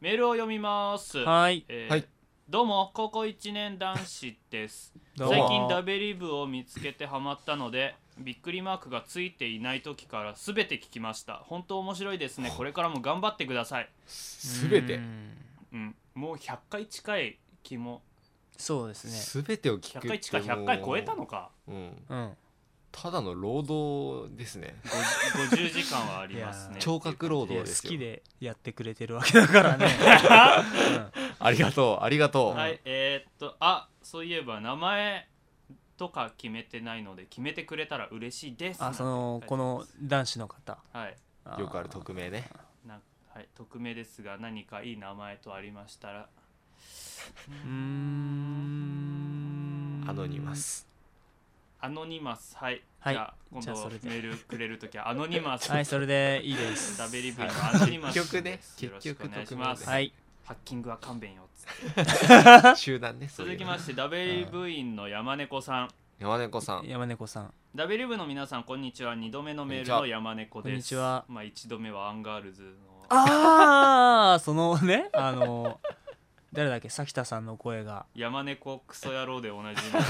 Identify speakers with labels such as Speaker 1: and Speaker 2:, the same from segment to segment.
Speaker 1: メールを読みます、
Speaker 2: はい
Speaker 1: えー
Speaker 3: はい
Speaker 1: どうも高校1年男子です
Speaker 2: どうも
Speaker 1: 最近ダベリブを見つけてハマったのでびっくりマークがついていない時から全て聞きました本当面白いですねこれからも頑張ってください、
Speaker 3: すべて
Speaker 2: うん
Speaker 1: うん、もう100回近い気も
Speaker 2: そうですね
Speaker 3: すべてを聞く
Speaker 1: 100回近い100回超えたの
Speaker 3: か、
Speaker 1: か
Speaker 3: うん、
Speaker 2: うん
Speaker 3: ただの労働ですね
Speaker 1: 50 50時間はあります
Speaker 2: い
Speaker 1: ね
Speaker 2: や
Speaker 3: 聴覚労
Speaker 2: いや
Speaker 3: 働
Speaker 2: 好
Speaker 3: ですよ
Speaker 2: きでやってくれてるわけだからね、
Speaker 3: ありがとうありがとう、
Speaker 1: はいえーっとあそういえば名前とか決めてないので決めてくれたら嬉しいです
Speaker 2: うん あそのこの男子の方
Speaker 1: はい
Speaker 3: よくある
Speaker 2: と
Speaker 3: 匿名ね
Speaker 1: なはい、匿名ですが何かいい名前とありましたら
Speaker 2: うん
Speaker 3: アノニ マス
Speaker 1: アノニマスはい、
Speaker 2: はい
Speaker 1: じゃあ今
Speaker 2: じゃあ
Speaker 1: 度
Speaker 2: それで
Speaker 1: メールくれるとき はアノニマス、
Speaker 2: はいそれでいいです
Speaker 1: ダベリブイのアノニマス
Speaker 3: 結局ね
Speaker 1: ですよろし
Speaker 3: 結
Speaker 1: くお
Speaker 3: 局
Speaker 1: 願いします、
Speaker 3: 匿名
Speaker 2: は
Speaker 1: はい、
Speaker 2: い
Speaker 1: ハッキングは勘弁よつって
Speaker 3: 集団ねそういう
Speaker 1: 続きましてダベリブインの山猫さん
Speaker 3: 山猫さん
Speaker 2: 山猫さん
Speaker 1: ダベリブの皆さんこんにちは2度目のメール
Speaker 3: こん
Speaker 1: の
Speaker 3: に
Speaker 1: 山猫です
Speaker 2: こんにちは
Speaker 1: まあ1度目はアンガールズの
Speaker 2: ああそのねあの誰だっけ咲田さんの声 が
Speaker 1: 山猫クソ野郎でおなじみ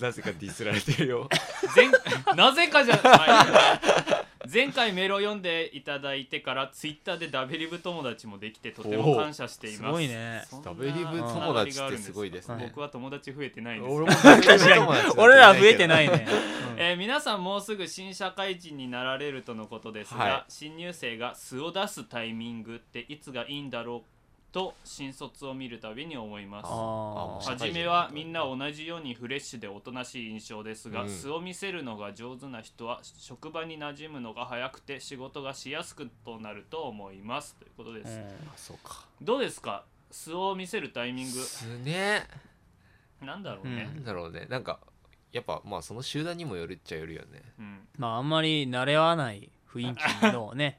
Speaker 3: なぜかディスられてるよ
Speaker 1: 前なぜかじゃない前回メールを読んでいただいてからツイッターでダベリブ友達もできてとても感謝しています
Speaker 2: おおすごいね
Speaker 1: そんな
Speaker 3: ダベリブ友達ってすごいですね
Speaker 1: 僕は友達増えてないんです
Speaker 3: 俺も確
Speaker 2: 俺ら増えて ないね、
Speaker 1: えー皆さんもうすぐ新社会人になられるとのことですが、
Speaker 3: はい
Speaker 1: 新入生が素を出すタイミングっていつがいいんだろうと新卒を見るたびに思います
Speaker 2: あ
Speaker 3: あ
Speaker 2: あ
Speaker 3: じ
Speaker 1: 初めはみんな同じようにフレッシュでおとなしい印象ですが、
Speaker 3: うん
Speaker 1: 素を見せるのが上手な人は職場に馴染むのが早くて仕事がしやすくとなると思いますということです、
Speaker 3: あそうか
Speaker 1: どうですか素を見せるタイミン
Speaker 3: すね
Speaker 1: グなんだろうね
Speaker 3: な、んだろうねなんかやっぱまあその集団にもよるっちゃよるよね
Speaker 1: うん
Speaker 2: まああんまり慣れ合わない雰囲気の ね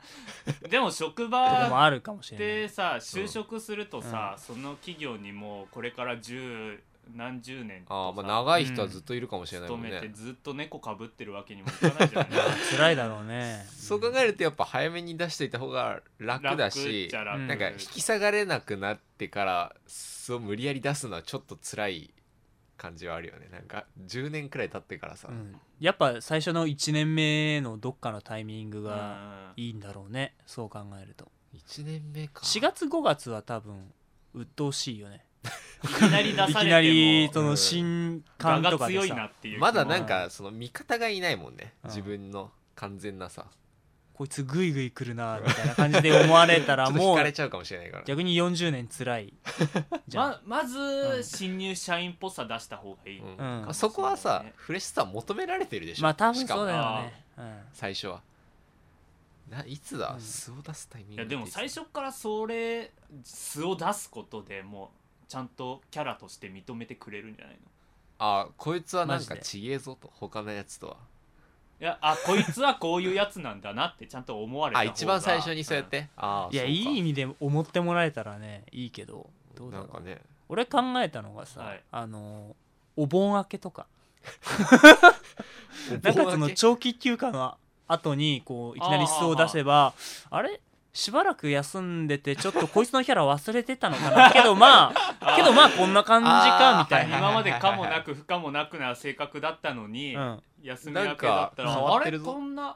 Speaker 1: でも職
Speaker 2: とこも
Speaker 1: 場
Speaker 2: あるかもしれ
Speaker 1: で
Speaker 2: ない
Speaker 1: さ就職するとさ、その企業にもうこれから十何十年
Speaker 3: ああ
Speaker 1: と
Speaker 3: まあ
Speaker 1: さ
Speaker 3: 長い人はずっといるかもしれないも
Speaker 1: 勤
Speaker 3: ん
Speaker 1: めて
Speaker 3: ね
Speaker 1: ずっと猫かぶってるわけにもいかないじゃない
Speaker 2: 辛いだろうね
Speaker 3: そう考えるとやっぱ早めに出していた方が 楽だ
Speaker 1: 楽っ
Speaker 3: し
Speaker 1: ちゃ楽
Speaker 2: うん
Speaker 3: なんか引き下がれなくなってからそう無理やり出すのはちょっと辛い感じはあるよねなんか10年くらい経ってからさ、
Speaker 2: うんやっぱ最初の1年目のどっかのタイミング
Speaker 1: う
Speaker 2: が
Speaker 1: ん
Speaker 2: いいんだろうねそう考えると
Speaker 3: 1年目か
Speaker 2: 4月5月は多分鬱陶しいよね
Speaker 1: いきなり出され
Speaker 2: い
Speaker 1: ても
Speaker 2: きなりそ
Speaker 3: うん
Speaker 2: の新
Speaker 1: 我
Speaker 2: 刊
Speaker 1: が
Speaker 2: とかで
Speaker 1: 強い
Speaker 2: さ
Speaker 1: なっていう気も
Speaker 3: まだなんかその味方がいないもんね
Speaker 2: うん
Speaker 3: 自分の完全なさ
Speaker 2: こいつグイグイ来るなみたいな感じで思われた
Speaker 3: ちょ
Speaker 2: ら
Speaker 3: っと
Speaker 2: も
Speaker 3: 引か
Speaker 2: う
Speaker 3: れちゃうかもしれないから
Speaker 2: 逆に40年辛いじゃん、
Speaker 1: ままず、
Speaker 2: ん
Speaker 1: 新入社員っぽさ出した方がいい、
Speaker 3: うん
Speaker 1: うん
Speaker 2: うん
Speaker 3: まあそこはさ、
Speaker 1: ね
Speaker 3: フレッシュさ求められてるでしょ
Speaker 2: まあ多分そうだ
Speaker 3: しかも
Speaker 2: よね、うん、
Speaker 3: 最初はないつだ、
Speaker 2: うん
Speaker 3: 素を出すタイミング
Speaker 1: いやでも
Speaker 3: ってつ
Speaker 1: 最初からそれ素を出すことでもうちゃんとキャラとして認めてくれるんじゃないの
Speaker 3: あこいつはなんか
Speaker 2: マジ
Speaker 3: ちげえぞと他のやつとはい
Speaker 1: やあこいつはこういうやつなんだなってちゃんと思われた
Speaker 3: あ
Speaker 1: 方が
Speaker 3: 一番最初にそうやっ、て、あ
Speaker 2: いやいい意
Speaker 3: 味
Speaker 2: 味で思ってもらえたらねいいけどどうだ
Speaker 3: な
Speaker 2: ろ
Speaker 3: ん
Speaker 2: う
Speaker 3: かね
Speaker 2: 俺考えたのがさ、
Speaker 1: はい
Speaker 2: あのお盆明けとかな
Speaker 3: な
Speaker 2: んんか
Speaker 3: かそ
Speaker 2: その
Speaker 3: の
Speaker 2: 長期休暇の後にこういきなり素を出せばあれしばらく休んでてちょっとこいつのキャラ忘れてたのかな けどまあけどまあこんな感じかみた
Speaker 1: はいい
Speaker 2: な、
Speaker 1: 今まで可もなく不可もなくな性格だったのに、休み明けだった
Speaker 2: な
Speaker 1: ら
Speaker 2: んか
Speaker 3: 変わ
Speaker 1: あ
Speaker 3: って
Speaker 1: れ
Speaker 3: るぞ
Speaker 1: こんな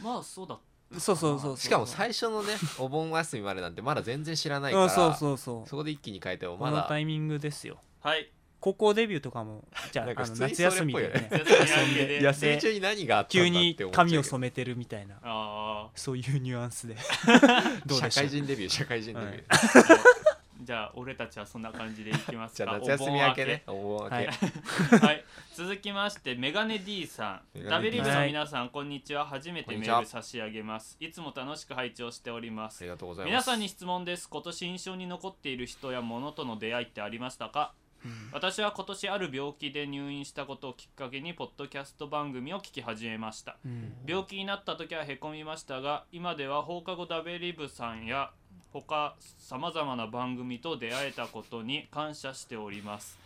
Speaker 1: まあそうだ
Speaker 2: うんそうそうそうそう
Speaker 3: しかも最初のねお盆休みまでなんてまだ全然知らないか
Speaker 2: う
Speaker 3: ら
Speaker 2: んそうそうそう
Speaker 3: そこで一気に変えても
Speaker 2: こ
Speaker 3: ま
Speaker 2: の
Speaker 3: だ
Speaker 2: タイミングですよ
Speaker 1: はい
Speaker 2: 高校デビューとかもじゃあ
Speaker 3: なんか
Speaker 2: あ
Speaker 3: 普
Speaker 2: の
Speaker 3: 通
Speaker 2: 夏
Speaker 3: にそれっぽ
Speaker 2: 休
Speaker 3: い
Speaker 2: み
Speaker 3: よね
Speaker 2: で ね
Speaker 1: 休み明けで
Speaker 2: いや
Speaker 3: 休み中に何があったんだ
Speaker 2: 急
Speaker 3: って思っ
Speaker 2: に
Speaker 3: ちゃうけど
Speaker 2: 髪を染めてるみた いな
Speaker 1: あ
Speaker 2: そういうニュアンスで どうでし
Speaker 3: 社
Speaker 2: ょう
Speaker 3: 会人デビュー社会人デビュー、
Speaker 2: はい
Speaker 1: あじゃあ俺たちはそんな感じでいきます
Speaker 3: じゃ
Speaker 1: か
Speaker 3: あ夏休み明 けねお盆明け、
Speaker 2: はい
Speaker 1: はい、続きましてメガネ D さ
Speaker 3: メ
Speaker 1: ん
Speaker 3: ガ
Speaker 1: ダ
Speaker 3: ネ
Speaker 1: ベ
Speaker 3: D
Speaker 1: リブの皆さんこんにちは初め
Speaker 3: こ
Speaker 1: て
Speaker 3: んに
Speaker 1: メ
Speaker 3: ちは
Speaker 1: ール差し上げますいつも楽しく拝聴しておりま
Speaker 3: あ
Speaker 1: す
Speaker 3: りがとうございま
Speaker 1: 皆
Speaker 3: す
Speaker 1: さんに質問です今年印象に残っている人や物との出会いってありましたか
Speaker 2: うん
Speaker 1: 私は今年ある病気で入院したことをきっかけにポッドキャスト番組を聞き始めました
Speaker 2: うん
Speaker 1: 病気になった時はへこみましたが今では放課後ダベリブさんや他さまざまな番組と出会えたことに感謝しております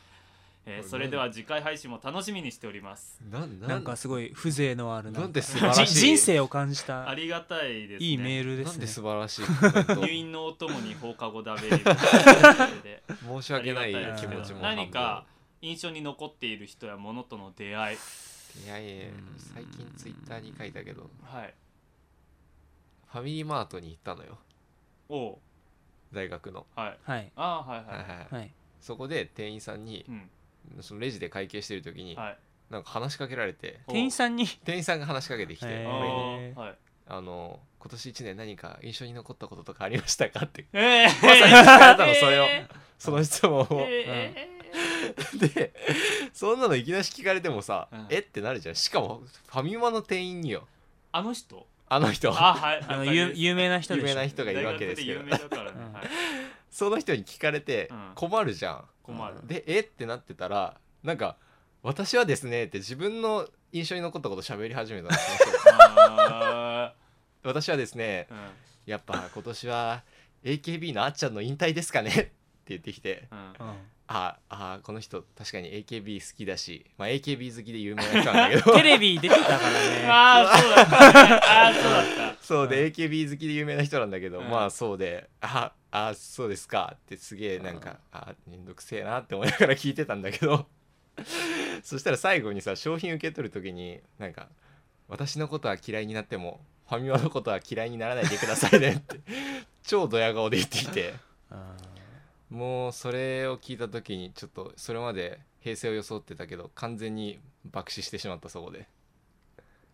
Speaker 1: えーそれでは次回配信も楽しみにしております
Speaker 3: なん
Speaker 2: なんかすごい風情のある
Speaker 3: な
Speaker 2: か
Speaker 3: んて素晴らしい
Speaker 2: じ人生を感じ
Speaker 1: あ
Speaker 2: た
Speaker 1: りがたいですね
Speaker 2: いいメールで
Speaker 3: なん
Speaker 2: す
Speaker 3: で
Speaker 2: ね
Speaker 3: 素晴らしいコ
Speaker 1: 入
Speaker 3: メン
Speaker 1: 院のお供に放課後だべりみたいな感じで
Speaker 3: ト申し訳ない
Speaker 1: ありがた
Speaker 3: 気
Speaker 1: い
Speaker 3: 持
Speaker 1: です
Speaker 3: ち
Speaker 1: けど
Speaker 3: も半分
Speaker 1: 何か印象に残っている人やものとの出会い
Speaker 3: いやいやいや
Speaker 2: うん
Speaker 3: 最近ツイッターに書いたけど
Speaker 1: はい
Speaker 3: ファミリーマートに行ったのよ
Speaker 1: おう
Speaker 3: 大学の、
Speaker 1: はい
Speaker 2: はい
Speaker 1: ああはい
Speaker 3: はい
Speaker 1: は
Speaker 3: はい
Speaker 1: い
Speaker 3: は
Speaker 2: は
Speaker 3: い
Speaker 2: い
Speaker 3: そこで店員さんに
Speaker 1: うん
Speaker 3: そのレジで会計してる時に
Speaker 1: はい
Speaker 3: なんか話しかけられて
Speaker 1: お
Speaker 2: 店員さんに
Speaker 3: 店員さんが話しかけてきて
Speaker 2: へ
Speaker 1: あ
Speaker 2: ー
Speaker 3: 俺に
Speaker 1: ーはい
Speaker 3: あの今年1年何か印象に残ったこととかありましたかって
Speaker 1: ええ
Speaker 3: まさに聞かれたのそれを
Speaker 1: え
Speaker 3: その質問を
Speaker 1: ー、
Speaker 3: でそんなのいきなり聞かれてもさ、
Speaker 1: うん
Speaker 3: えってなるじゃんしかもファミマの店員によ
Speaker 1: あの人
Speaker 3: あの人
Speaker 1: あはい
Speaker 2: あの
Speaker 1: わかりま
Speaker 2: 有
Speaker 1: す
Speaker 2: 有名な人で
Speaker 3: 有
Speaker 2: しょ
Speaker 3: 名な人がいるわけですけど
Speaker 1: 大学有名だからね、
Speaker 2: うん
Speaker 1: はい、
Speaker 3: その人に聞かれて
Speaker 1: うん
Speaker 3: 困るじゃん、
Speaker 1: 困る、
Speaker 3: でえってなってたらなんか「私はですね」って自分の印象に残ったこと喋り始めたの
Speaker 1: あ
Speaker 3: 私はですね
Speaker 1: ーうん
Speaker 3: やっぱ今年は AKB のあっちゃんの引退ですかねって言ってきて
Speaker 1: うん
Speaker 2: うん
Speaker 3: ああこの人確かに AKB 好きだし、まあ、AKB 好きで有名な人なんだけ ど
Speaker 2: テレビ出てた からね
Speaker 1: ああそうだった、ね、ああそうだっ
Speaker 3: そうで、AKB 好きで有名な人なんだけど、
Speaker 1: うん
Speaker 3: まあそうでああそうですかってすげえなんか、あめんどくせえなって思いながら聞いてたんだけど そしたら最後にさ商品受け取る時になんか「私のことは嫌いになってもファミマのことは嫌いにならないでくださいね」って超ドヤ顔で言ってきて
Speaker 2: あ
Speaker 3: もうそれを聞いた時にちょっとそれまで平成を装ってたけど完全に爆死してしまったそこ で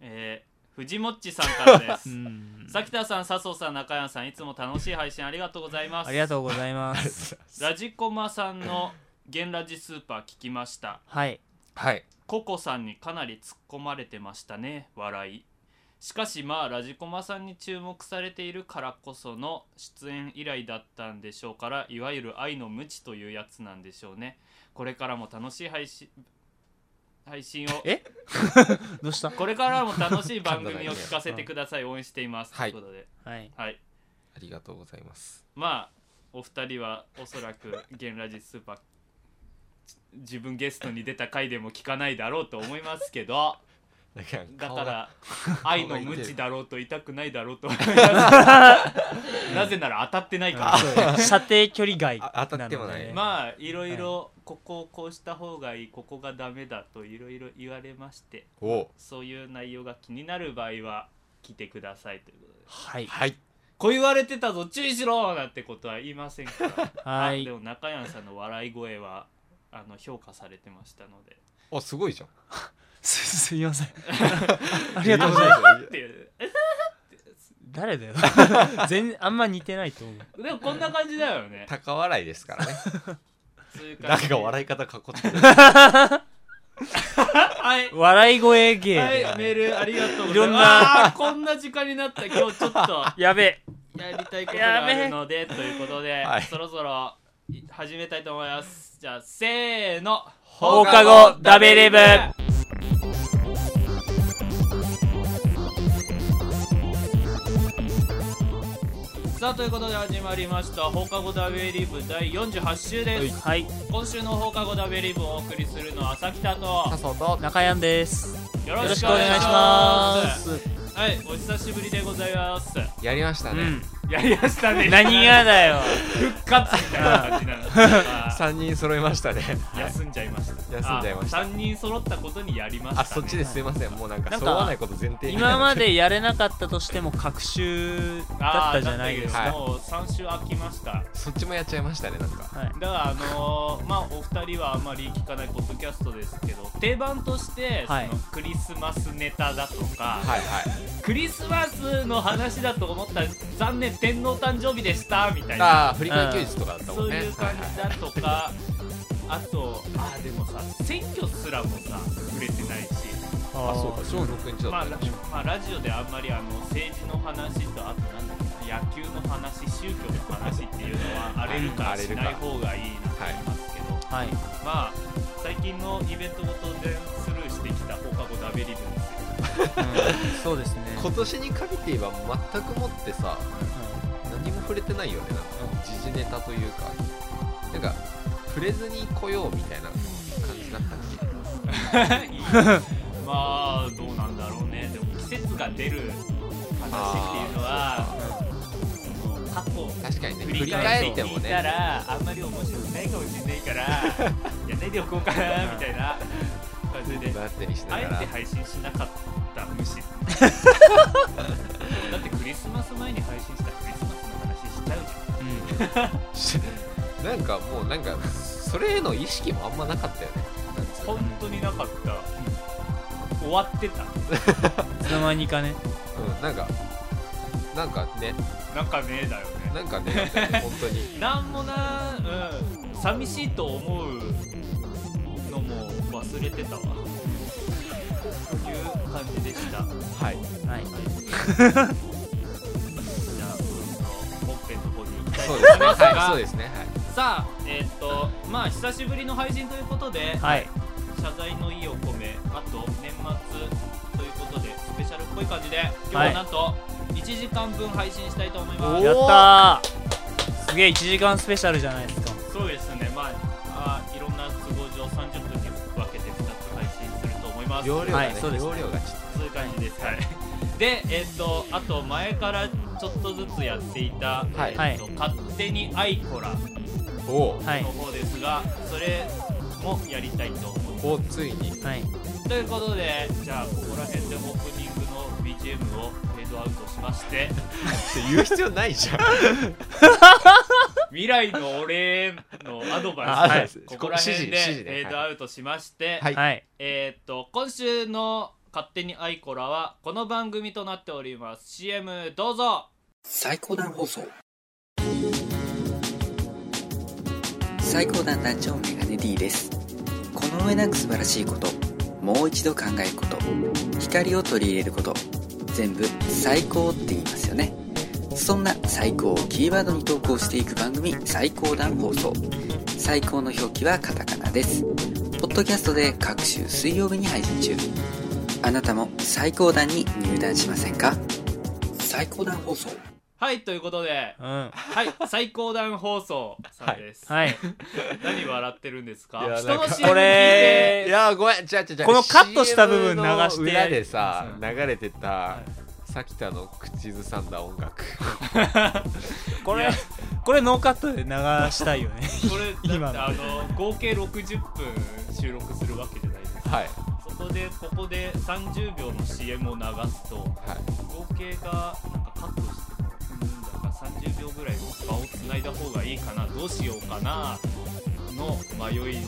Speaker 1: えー、藤もっちさんからで
Speaker 2: ーう
Speaker 1: す
Speaker 2: ん
Speaker 1: さきたさん笹生さん中山さんいつも楽しい配信ありがとうございます
Speaker 2: ありがとうございます
Speaker 1: ラジコマさんの現ラジスーパー聞きました
Speaker 2: はい
Speaker 3: はい
Speaker 1: ココさんにかなり突っ込まれてましたね笑いしかしまあラジコマさんに注目されているからこその出演以来だったんでしょうからいわゆる愛の無知というやつなんでしょうねこれからも楽しい配信配信を
Speaker 2: えどうした
Speaker 1: これからも楽しい番組を聞かせてください応援しています、
Speaker 3: はい
Speaker 1: ということで、
Speaker 2: はい
Speaker 1: はい、
Speaker 3: ありがとうございます
Speaker 1: まあお二人はおそらく「現ラジスーパー」自分ゲストに出た回でも聞かないだろうと思いますけど
Speaker 3: だから
Speaker 1: だ
Speaker 3: 顔
Speaker 1: か
Speaker 3: が
Speaker 1: ら
Speaker 3: が
Speaker 1: 愛
Speaker 3: 痛い
Speaker 1: の無知だろうと痛くないだろうと思いますなぜなら当たってないか
Speaker 2: そうだ射程距離外
Speaker 3: あ当たってもない
Speaker 2: ので
Speaker 1: らまあいろいろここをこうした方がいいここがダメだといろいろ言われまして
Speaker 3: おう
Speaker 1: そういう内容が気になる場合は来てくださいということで
Speaker 2: はい
Speaker 3: はい
Speaker 1: こう言われてたぞ注意しろなんてことは言いませんから
Speaker 2: は
Speaker 1: あで
Speaker 2: い
Speaker 1: も中山さんの笑い声はあの評価されてましたので
Speaker 3: あすごいじゃん
Speaker 2: すすみませんあ
Speaker 3: あ
Speaker 2: りがとうございます
Speaker 1: っ
Speaker 3: ま
Speaker 1: ていう
Speaker 2: 誰だよ全然あんま似てないと思う
Speaker 1: でもこんな感じだよね
Speaker 3: 高笑いですか らね
Speaker 1: そういう
Speaker 3: な
Speaker 1: 感
Speaker 3: ん
Speaker 1: じ
Speaker 3: か笑い方かっこつけて
Speaker 1: はい
Speaker 2: 笑い声芸
Speaker 1: は
Speaker 2: だ
Speaker 1: い
Speaker 2: よ、ね
Speaker 1: メールありがとうご
Speaker 2: い
Speaker 1: ざ
Speaker 2: ろ
Speaker 1: い
Speaker 2: ん
Speaker 1: ま
Speaker 2: な
Speaker 1: す。あーこんな時間になった今日ちょっ と
Speaker 2: やべえ
Speaker 1: やりたいことがあるのでということで、
Speaker 3: はい
Speaker 1: そろそろい始めたいと思います。じゃあせーの
Speaker 2: 放課後ダベレブ
Speaker 1: さあということで始まりました放課後ダベリブ第48週です、
Speaker 2: はい
Speaker 1: 今週の放課後ダベリブをお送りするのは朝北と
Speaker 3: 笹と
Speaker 2: 中山です
Speaker 1: よ
Speaker 2: よ
Speaker 1: ろ
Speaker 2: ろ
Speaker 1: し
Speaker 2: し
Speaker 1: く
Speaker 2: く
Speaker 1: お
Speaker 2: お
Speaker 1: 願
Speaker 2: 願
Speaker 1: い
Speaker 2: い
Speaker 1: し
Speaker 2: し
Speaker 1: ま
Speaker 2: ますす
Speaker 1: はいお久しぶりでございます
Speaker 3: やりました
Speaker 2: う
Speaker 3: ね
Speaker 2: ん
Speaker 1: やりましたね
Speaker 2: 何がだ よ
Speaker 1: 復活み たいな感じなんですけど
Speaker 3: 3人揃いましたね
Speaker 1: 休んじゃいました
Speaker 3: 休んじゃいました
Speaker 1: あ3人揃ったことにやりました、ね、
Speaker 3: あそっちですいませんもうなんか
Speaker 2: なんか
Speaker 3: 揃わないこと前提に
Speaker 2: 今までやれなかったとしても隔週だ
Speaker 1: あ
Speaker 2: っ
Speaker 1: ー
Speaker 2: たじゃないですか
Speaker 1: だったけどもう3週空きました
Speaker 3: そっちもやっちゃいましたねなんか
Speaker 2: はい
Speaker 1: だからあのーまあお二人はあまり聞かないポッドキャストですけど定番としてそ
Speaker 2: はい
Speaker 1: のクリスマスネタだとか、
Speaker 3: はいはい
Speaker 1: クリスマスの話だと思ったら残念天皇誕生日でしたみたいな
Speaker 3: ああ振り替え休日とかだったも
Speaker 1: そ
Speaker 3: ん
Speaker 1: う
Speaker 3: ね
Speaker 1: いう
Speaker 3: は
Speaker 1: 感
Speaker 3: いはい
Speaker 1: じだとかあとあーでもさ選挙すらもさ触れてないし
Speaker 3: あそうか小6日だ
Speaker 1: まあ、
Speaker 3: った
Speaker 1: ラ
Speaker 3: んでしょ
Speaker 1: まあラジオであんまりあの政治の話とあとなんだっけな野球の話宗教の話っていうのは荒れるか
Speaker 3: 荒れ
Speaker 1: し
Speaker 3: るか
Speaker 1: ない方がいいなと思いますけど、
Speaker 2: はい
Speaker 1: まあ最近のイベントごと全スルーしてきた放課後ダベリブですよ
Speaker 2: うんそうですね
Speaker 3: 今年に限って言えば全くもってさ
Speaker 2: う
Speaker 3: 何も触れてないよねなんか
Speaker 2: んうん
Speaker 3: 時事ネタというかなんか触れずに来ようみたいな感じだったっ
Speaker 1: まあどうなんだろうねでも季節が出る話っていうのは過去
Speaker 3: け確かにね
Speaker 1: 振
Speaker 3: 振
Speaker 1: り
Speaker 3: り
Speaker 1: 返
Speaker 3: 返
Speaker 1: っ
Speaker 3: ってて
Speaker 1: 聞
Speaker 3: も
Speaker 1: いた
Speaker 3: ね
Speaker 1: らあんまり面白くないかもしれないから やないでおこうかなみたいな感じ で
Speaker 3: だったりしな
Speaker 1: あ
Speaker 3: が
Speaker 1: え
Speaker 3: ら
Speaker 1: て配信しなかった無視 だってクリスマス前に配信したらクリスマスの話しちゃうじ
Speaker 3: なんかもうなんかそれへの意識もあんまなかったよねなん
Speaker 1: ゃ
Speaker 3: つうん
Speaker 1: 本
Speaker 3: の
Speaker 1: 当になかった、終わってた
Speaker 2: いつの間にかね
Speaker 3: うんなんかなんかね
Speaker 1: なんかねえだよね
Speaker 3: なんかねだったよね本当 に
Speaker 1: なんもなうん寂しいと思うのも忘れてたわ という感じでした
Speaker 3: は
Speaker 2: はい
Speaker 3: い
Speaker 1: はいじゃあ、うんと本編の方に行きたいと
Speaker 3: そう
Speaker 1: 思い
Speaker 3: ですね
Speaker 1: ます
Speaker 3: はいそう
Speaker 1: が、
Speaker 3: ですねはい
Speaker 1: さあ、えっ、と、まあ、久しぶりの配信ということで、
Speaker 2: はい
Speaker 1: 謝罪の意を込め、あと年末ということで、スペシャルっぽい感じで、今日
Speaker 2: は
Speaker 1: はいなんと1時間分配信したいと思います。
Speaker 3: おー
Speaker 2: やったーすげえ1時間スペシャルじゃないですか
Speaker 1: そうですね、まあ、あいろんな都合上30分に分けて2つ配信すると思います。
Speaker 3: 容量が
Speaker 2: は
Speaker 3: ね
Speaker 2: いそうですね
Speaker 3: 容量がちょっ
Speaker 1: そういう感じです。はい。で、えっ、と、あと前からちょっとずつやっていた、
Speaker 3: はい
Speaker 1: えっと勝手にアイコラ
Speaker 3: とお
Speaker 2: はい
Speaker 1: の方ですが、それもやりたいと思います。
Speaker 3: おおついに
Speaker 2: はい
Speaker 1: ということで、じゃあここら辺でオープニングの BGM をフェードアウトしまして、
Speaker 3: 言う必要ないじゃん
Speaker 1: 未来の俺へのアド
Speaker 3: あアド
Speaker 1: バ
Speaker 3: バ
Speaker 1: イ
Speaker 3: イ
Speaker 1: ス、
Speaker 3: ス
Speaker 1: ここら辺で
Speaker 3: 指示
Speaker 1: フ
Speaker 3: 指示ね
Speaker 1: ェードアウトしまして、
Speaker 3: はい
Speaker 2: はい
Speaker 1: えーっと今週の「勝手にアイコラ」はこの番組となっております CM どうぞ
Speaker 4: 最高段放送最高段団長メガネ D ですこの上なく素晴らしいこともう一度考えること光を取り入れること全部最高って言いますよねそんな最高をキーワードに投稿していく番組最高段放送最高の表記はカタカナですポッドキャストで各週水曜日に配信中あなたも最高段に入団しませんか最高段放送
Speaker 1: はいということで、
Speaker 2: うん
Speaker 1: はい、最高段放送さんです、
Speaker 2: はい
Speaker 1: 何笑ってるんですか
Speaker 3: いや
Speaker 1: 人の
Speaker 3: なんか
Speaker 1: CM 聞いて
Speaker 2: これ
Speaker 3: いやーごめん違う違う違う
Speaker 2: このカットした部分流して
Speaker 3: CM の裏でさ
Speaker 1: うん
Speaker 3: 流れてた
Speaker 1: い
Speaker 3: さきたの口ずさんだ音楽
Speaker 2: こ
Speaker 1: い
Speaker 2: れ
Speaker 1: や
Speaker 2: これノーカットで流したいよ ね
Speaker 1: これだ
Speaker 2: 今
Speaker 1: って
Speaker 2: の
Speaker 1: あの合計60分収録するわけじゃないですか
Speaker 3: はい
Speaker 1: そこでここで30秒の CM を流すと
Speaker 3: はい
Speaker 1: 合計がなんかカットしてうんだから30秒ぐらい場をつないだ方がいいかなどうしようかなの迷い
Speaker 3: 迷いか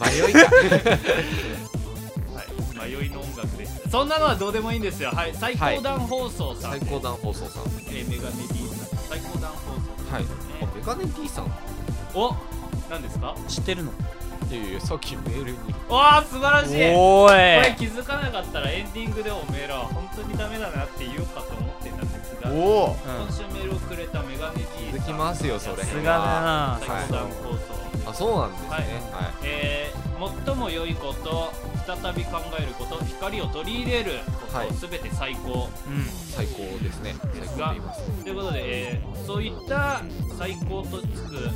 Speaker 1: はい、迷いの音楽でしたそんなのはどうでもいいんですよはい最高段放送さん
Speaker 3: 最
Speaker 1: で、
Speaker 3: 高段放送さん
Speaker 1: えーメガネ D さん最高段放送さんですね、
Speaker 3: あメガネ D さん
Speaker 1: お何ですか
Speaker 2: 知ってるの
Speaker 3: いやいやさっきメールに
Speaker 1: わあ素晴らしいこ
Speaker 2: おー
Speaker 1: れ
Speaker 2: い
Speaker 1: 気づかなかったらエンディングでおめえらは本当にダメだなって言おうかと思ってたんですが
Speaker 3: おお
Speaker 2: うん
Speaker 1: 今週メールをくれたメガネ D
Speaker 3: 続
Speaker 1: さ
Speaker 3: き
Speaker 1: ん
Speaker 3: ますよそれ
Speaker 1: さす
Speaker 2: がだな
Speaker 1: 最高段放送、
Speaker 3: あそうなんですね
Speaker 1: はい
Speaker 3: は
Speaker 1: えー最も良いこと再び考えること光を取り入れること、
Speaker 3: はい
Speaker 1: 全て最高
Speaker 2: うん
Speaker 3: い最高ですね
Speaker 1: で
Speaker 3: 最
Speaker 1: す
Speaker 3: 高
Speaker 1: が
Speaker 3: と言います
Speaker 1: ということで、えーそういった最高とつく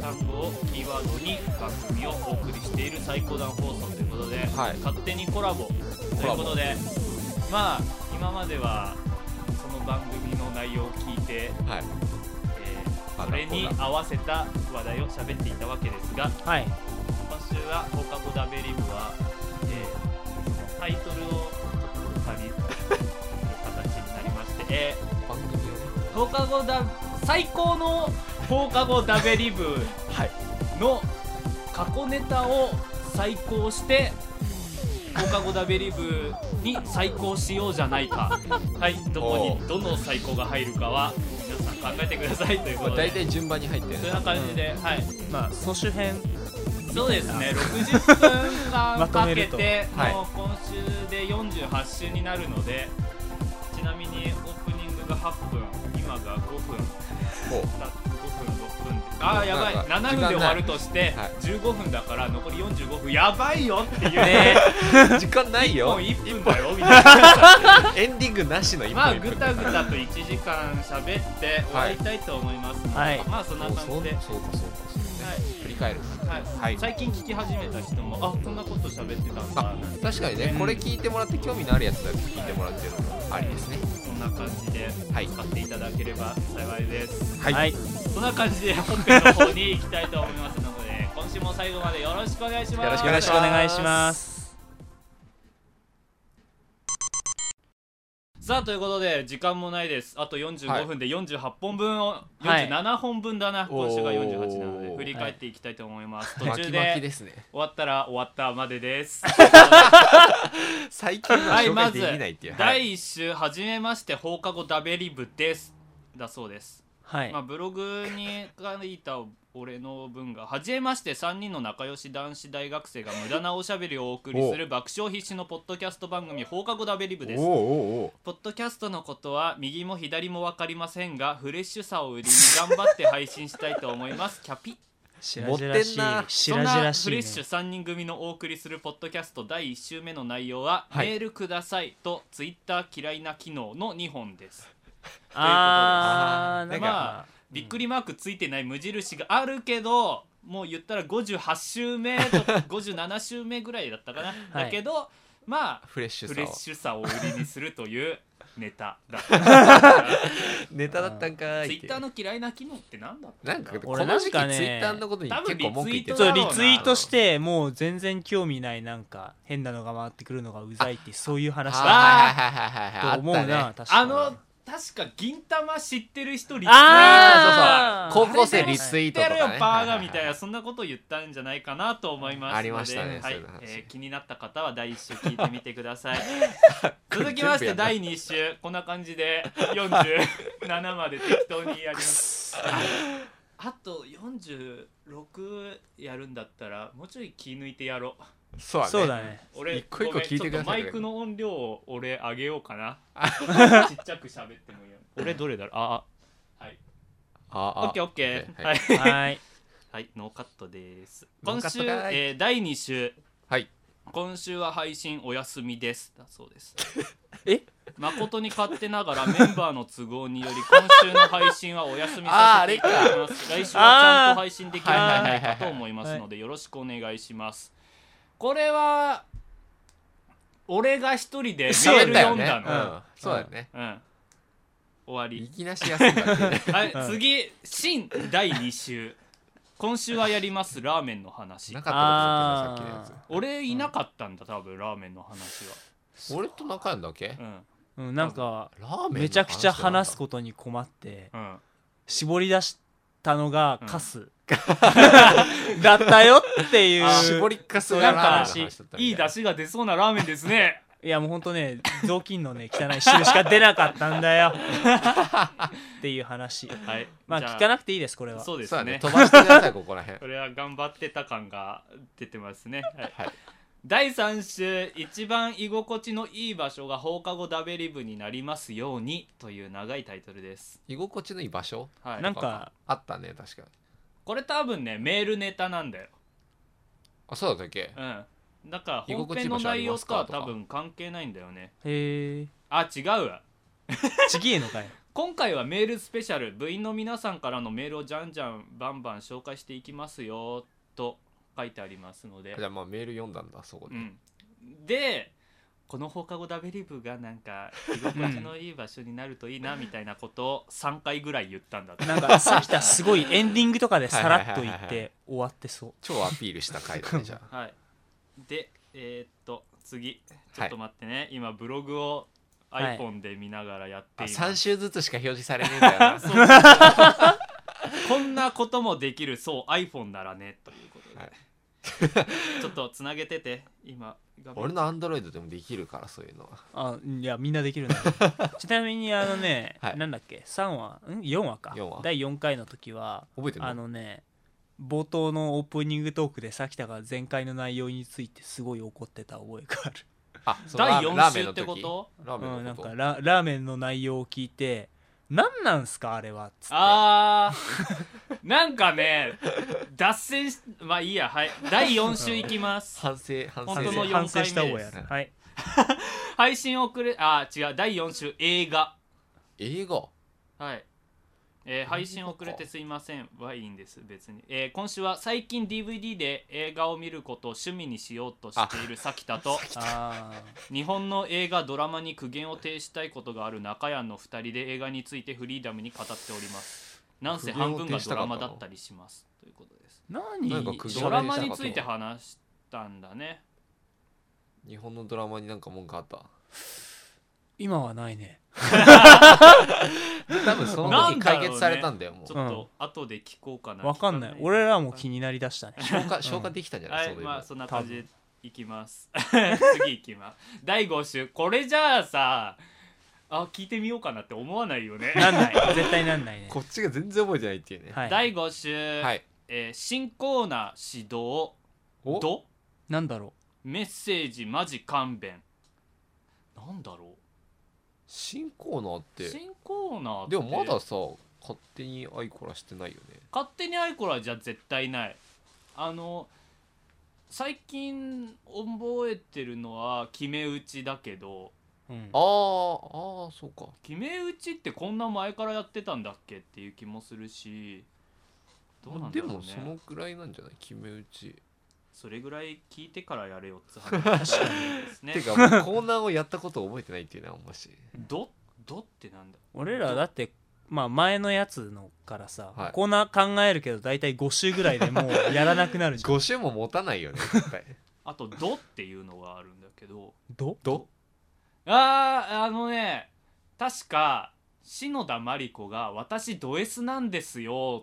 Speaker 1: 単語をキーワードに番組をお送りしている最高段放送ということで、
Speaker 3: はい
Speaker 1: 勝手にコラボということでまあ今まではその番組の内容を聞いて、
Speaker 3: はい
Speaker 1: えーそれに合わせた話題を喋っていたわけですが
Speaker 2: はい
Speaker 1: 今週は「放課後ダベリブは」えーそのタイトルをちょっとお借りする形になりまして、えー
Speaker 3: 番組をね
Speaker 1: 放課後だ最高の放課後ダベリブ
Speaker 3: はい
Speaker 1: の過去ネタを再考して放課後ダベリブに再考しようじゃないかはいどこ
Speaker 3: お
Speaker 1: にどの最高が入るかは皆さん考えてくださいという
Speaker 3: ま
Speaker 1: こ
Speaker 3: あ
Speaker 1: と
Speaker 3: 大
Speaker 1: で
Speaker 3: 体順番に入ってる
Speaker 1: そんな感じで、はい
Speaker 2: まあ総集編
Speaker 1: そうですね60分間
Speaker 2: まと
Speaker 1: か
Speaker 2: め
Speaker 1: け
Speaker 2: ると
Speaker 1: て、
Speaker 3: はい
Speaker 1: もう今週で48週になるのでちなみにオープニングが8分今が5分
Speaker 3: も
Speaker 1: 5
Speaker 3: う
Speaker 1: 分6分ああやばい
Speaker 3: なんか
Speaker 1: 7分で終わるとして
Speaker 3: 時間ないはい
Speaker 1: 15分だから残り45分やばいよっていう
Speaker 2: ね
Speaker 3: 時間な い
Speaker 1: も
Speaker 3: よ
Speaker 1: う1分だよみたいな
Speaker 3: エンディングなしの一
Speaker 1: ま
Speaker 3: 本
Speaker 1: あ
Speaker 3: 一
Speaker 1: ぐ
Speaker 3: 本
Speaker 1: たぐたと1時間喋って終わりたいと思いますので、
Speaker 3: はい
Speaker 1: まあそんな
Speaker 3: もう
Speaker 1: 感じで
Speaker 3: そうそうかそうかそうか振り返る
Speaker 1: はい
Speaker 3: はい
Speaker 1: 最近聞き始めた人もあこんなこと喋ってたんだ
Speaker 3: あ
Speaker 1: なんて
Speaker 3: 確かにねこれ聞いてもらって興味のあるやつだけ聞いてもらうっていうのもありですね
Speaker 1: そんな感じで
Speaker 3: はい
Speaker 1: 使っていただければ幸いです
Speaker 3: はい、
Speaker 2: はい、
Speaker 1: そんな感じで本編の方に行きたいと思いますので今週も最後までよろしくお願いします
Speaker 3: よろしくお
Speaker 2: よ
Speaker 3: 願
Speaker 2: ろ
Speaker 3: い
Speaker 2: し
Speaker 3: し
Speaker 2: くお
Speaker 3: ます
Speaker 2: 願いします
Speaker 1: さあということで時間もないですあと
Speaker 3: は
Speaker 1: 45
Speaker 3: い
Speaker 1: 分で48本分を、
Speaker 2: はい
Speaker 1: 47本分だな今週が48なの
Speaker 3: お
Speaker 1: で
Speaker 3: ー
Speaker 1: 振り返っていきたいと思います、
Speaker 3: 巻
Speaker 1: 途
Speaker 3: き
Speaker 1: 中
Speaker 3: 巻き
Speaker 1: で
Speaker 3: ですね
Speaker 1: 終わったら終わったまでです
Speaker 3: 最近は
Speaker 1: はい
Speaker 3: 紹
Speaker 1: ま
Speaker 3: 介
Speaker 1: ず
Speaker 3: できないっていう、はい
Speaker 1: 第1週はじめまして放課後ダベリブですだそうです
Speaker 2: はい、
Speaker 1: まあ、ブログに書いた俺の文が「はじめまして3人の仲良し男子大学生が無駄なおしゃべりをお送りする爆笑必至のポッドキャスト番組放課後ダベリブ」です
Speaker 3: お。うおうおう
Speaker 1: ポッドキャストのことは右も左も分かりませんがフレッシュさを売りに頑張って配信したいと思いますキャピ
Speaker 2: しらじらしい
Speaker 3: 持ってんな
Speaker 2: し
Speaker 1: そん
Speaker 2: らじ
Speaker 1: な
Speaker 2: らし
Speaker 1: フ
Speaker 2: い、
Speaker 1: レ
Speaker 2: ね
Speaker 1: ッ、シュ3人組のお送りするポッドキャスト第1週目の内容は「
Speaker 3: はい
Speaker 1: メールください」と「ツイッター嫌いな機能」の2本です
Speaker 2: あー
Speaker 3: というこ
Speaker 2: な
Speaker 3: とです
Speaker 2: ん
Speaker 3: ま
Speaker 2: か
Speaker 1: あびっくりマークついてない無印があるけどもう言ったら58週目とか57週目ぐらいだったかな、
Speaker 2: はい
Speaker 1: だけどまあ
Speaker 3: フレッシュ
Speaker 1: フ
Speaker 3: さ
Speaker 1: レ
Speaker 3: を
Speaker 1: ッシュさを売りにするというネタだった
Speaker 3: ネタだったんかーい
Speaker 1: ツイ
Speaker 3: って
Speaker 1: ッターの嫌いな機能って何だった
Speaker 3: なんかこ
Speaker 2: 俺
Speaker 3: の
Speaker 2: なん
Speaker 3: 時期ツイ
Speaker 2: かね
Speaker 3: ッターのことに結構文句言って
Speaker 1: 多分リツイートだろう
Speaker 2: そうリ
Speaker 1: な
Speaker 2: ツイートしてもう全然興味ないなんか変なのが回ってくるのがうざいってそういう話だ
Speaker 3: あーはいはいはいはいはい
Speaker 2: と思うな、
Speaker 3: あったね
Speaker 2: 確か
Speaker 1: あ
Speaker 2: に
Speaker 1: の確か銀玉知ってる人リツイート
Speaker 2: あー
Speaker 3: そうそう高校生リツイートとかね
Speaker 1: やるよバーガーみ
Speaker 3: は
Speaker 1: た
Speaker 3: い
Speaker 1: い
Speaker 3: は
Speaker 1: ないそんなことを言ったんじゃないかなと思いますので
Speaker 3: ありましたね
Speaker 1: は
Speaker 3: そうい
Speaker 1: いう
Speaker 3: 話
Speaker 1: えー気になった方は第1週聞いてみてくだ さい続きまし
Speaker 3: これ全部や
Speaker 1: て
Speaker 3: んな
Speaker 1: 第2週こんな感じで47まで適当にやりますああと46やるんだったらもうちょい気抜いてやろう
Speaker 3: そうだね
Speaker 2: そうだね
Speaker 1: 俺
Speaker 3: 一個一個聞いてくださ
Speaker 1: ごめん
Speaker 3: い
Speaker 1: ちょっとマイクの音量を俺上げようか なちっちゃく喋ってもいいよ俺どれだろうああはい
Speaker 3: あ
Speaker 1: オ
Speaker 3: あ
Speaker 1: ッケーオッケー
Speaker 3: は
Speaker 1: はいい
Speaker 2: はい
Speaker 1: はいノーカットです
Speaker 3: ノ
Speaker 1: 今
Speaker 3: ーカッ
Speaker 1: 週、
Speaker 3: トかい
Speaker 1: えー第2週
Speaker 3: はい
Speaker 1: 今週は配信お休みですだそう です
Speaker 2: え
Speaker 1: 誠に勝手ながらメンバーの都合により今週の配信はお休みさせていただきます来週はちゃんと配信できるんじゃないかと思いますのでよろしくお願いしますこれは俺が一人でメール読んだ
Speaker 3: 喋っ
Speaker 1: の
Speaker 3: たよねうんそうだよね
Speaker 1: うん終わり
Speaker 3: いきなし休んだってね
Speaker 1: はい、
Speaker 2: うん
Speaker 1: 次新第2週今週はやりますラーメンの話
Speaker 3: なかったことだったさっきのや
Speaker 1: 俺いなかったんだ多分ラーメンの話
Speaker 3: つ俺と仲いいんだっけ
Speaker 1: は
Speaker 2: うん、なんか
Speaker 3: ラーメンの話
Speaker 2: めちゃくちゃ話す
Speaker 3: と
Speaker 2: ことに困って
Speaker 1: うんうん
Speaker 2: 絞り出したのがカス、 だったよっていう
Speaker 3: 絞りかす
Speaker 2: そうな
Speaker 3: が
Speaker 2: ん
Speaker 3: ラ
Speaker 2: か
Speaker 3: ーメンの話だったみた
Speaker 1: いい出
Speaker 3: し
Speaker 1: 汁が出そうなラーメンですね
Speaker 2: いやもうほんとね雑巾のね汚い汁しか出なかったんだよっていう話
Speaker 1: はい
Speaker 2: まあ
Speaker 1: じゃ
Speaker 2: 聞かなくていいですこれは
Speaker 1: そうで
Speaker 3: そう
Speaker 1: す
Speaker 3: だね
Speaker 1: ね
Speaker 3: 飛ばしてくださいここ ら辺
Speaker 1: これは頑張ってた感が出てますね、はい
Speaker 3: はい
Speaker 1: 第3週一番居心地のいい場所が放課後ダベリブになりますようにという長いタイトルです、
Speaker 3: 居心地のいい場所
Speaker 1: はい、
Speaker 2: なんか
Speaker 3: あったね確かに
Speaker 1: これ多分ねメールネタなんだよ
Speaker 3: あそうだったっけ
Speaker 1: うんだから
Speaker 3: 居
Speaker 1: 本
Speaker 3: 心地いい
Speaker 1: 編の
Speaker 3: 場所あ
Speaker 1: 内
Speaker 3: り
Speaker 1: 容
Speaker 3: ます
Speaker 1: と
Speaker 3: か
Speaker 1: かは多分関係ないんだよね
Speaker 2: へえ
Speaker 1: あ違うわ
Speaker 2: ちぎえのかい
Speaker 1: 今回はメールスペシャル部員の皆さんからのメールをじゃんじゃんバンバン紹介していきますよと書いてありますので
Speaker 3: じゃあまあメール読んだんだそこで
Speaker 1: うん、でこの放課後ダベリブがなんか居心地のいい場所になるといいなみたいなことを3回ぐらい言ったんだって
Speaker 2: なんかさっきたすごいエンディングとかでさらっと言
Speaker 3: はいはい
Speaker 2: っ
Speaker 3: はいは
Speaker 2: て終わってそう
Speaker 3: 超アピールした回だねじゃあ
Speaker 1: はいでえーっと次ちょっと待ってね、今ブログを iPhone で見ながらやって
Speaker 3: あ
Speaker 1: います、
Speaker 3: 3週ずつしか表示されねえんだよ な
Speaker 1: そうこんなこともできるそう iPhone ならねということで、
Speaker 3: はい
Speaker 1: ちょっとつなげてて今画面
Speaker 3: 俺のアンドロイドでもできるからそういうのは
Speaker 2: あいやみんなできるんだ ちなみにあのね、
Speaker 3: はい
Speaker 2: なんだっけ3話ん4話か
Speaker 3: 4話
Speaker 2: 第4回の時は
Speaker 3: 覚えてる
Speaker 2: あのね冒頭のオープニングトークでさきたが前回の内容についてすごい怒ってた覚えがある
Speaker 3: あその
Speaker 1: 第4
Speaker 3: ラーメン
Speaker 1: 週
Speaker 3: の
Speaker 1: っ
Speaker 3: 時
Speaker 1: てこと
Speaker 3: ラーメ
Speaker 2: うん、
Speaker 3: ン
Speaker 2: な
Speaker 3: の
Speaker 2: ん
Speaker 3: こ
Speaker 2: か
Speaker 3: と
Speaker 2: ララーメンの内容を聞いて「何なんすかあれは」っつって
Speaker 1: あーなんかね脱線しまあいいやはい第4週いきます
Speaker 3: 反省反省
Speaker 1: 本当の四
Speaker 3: で
Speaker 2: 反省した覚え
Speaker 1: 回
Speaker 2: ある
Speaker 3: 目です
Speaker 2: はい
Speaker 1: 配信遅れあー違う第4週映画
Speaker 3: 映画
Speaker 1: はいえー配信遅れてすいませんはいいんです別に、えー今週は最近 DVD で映画を見ることを趣味にしようとしているさきた と
Speaker 2: あ
Speaker 1: 日本の映画ドラマに苦言を呈したいことがある中谷の2人で映画についてフリーダムに語っておりますなんせ半分がドラマだったりしますということです
Speaker 2: ー何
Speaker 3: なんか苦
Speaker 1: ド
Speaker 3: 言を呈したかった
Speaker 1: ラマについて話したんだね
Speaker 3: 日本のドラマになんか文句あった
Speaker 2: 今はないね
Speaker 3: 多分その
Speaker 1: なん
Speaker 3: 時
Speaker 1: だろう
Speaker 3: 解
Speaker 1: ね
Speaker 3: 決されたんだよもう
Speaker 1: ちょっと後で聞こうかな
Speaker 2: わかんない俺らも気になりだ したね
Speaker 3: 消化消化できたんじゃない、
Speaker 1: はい
Speaker 3: そういうの
Speaker 1: まあそんな感じでいきます 次いきます第5週これじゃあさあ聞いてみようかなって思わないよね
Speaker 2: なんない絶対なんないね
Speaker 3: こっちが全然覚えてないっていうね
Speaker 2: は い
Speaker 1: 第5週、
Speaker 3: はい
Speaker 1: えー新コーナー指導
Speaker 3: お
Speaker 1: ど
Speaker 2: なんだろ
Speaker 1: メッセージマジ勘弁なんだろ
Speaker 3: 新コーナー
Speaker 1: う
Speaker 3: って
Speaker 1: 新コーナーって
Speaker 3: でもまださ勝手にアイコラしてないよね
Speaker 1: 勝手にアイコラじゃ絶対ないあの最近覚えてるのは決め打ちだけど
Speaker 2: う、うん
Speaker 3: あーあーそうか
Speaker 1: 決め打ちってこんな前からやってたんだっけっていう気もするしどうなんだ
Speaker 3: で
Speaker 1: ろうね
Speaker 3: もそのくらいなんじゃない決め打ち、
Speaker 1: それぐらい聞いてからやれよって話ですね
Speaker 3: てかもうコーナーをやったことを覚えてないっていうのはもし
Speaker 1: どどってなんだ
Speaker 2: 俺らだってまあ前のやつのからさ、
Speaker 3: はい
Speaker 2: コーナー考えるけど大体5週ぐらいでもうやらなくなるじゃん
Speaker 3: 5週も持たないよね 絶対
Speaker 1: あと「ど」っていうのがあるんだけど
Speaker 2: ど
Speaker 3: ど
Speaker 1: あーあのね確か篠田麻里子が「私ド S なんですよ」
Speaker 3: ほう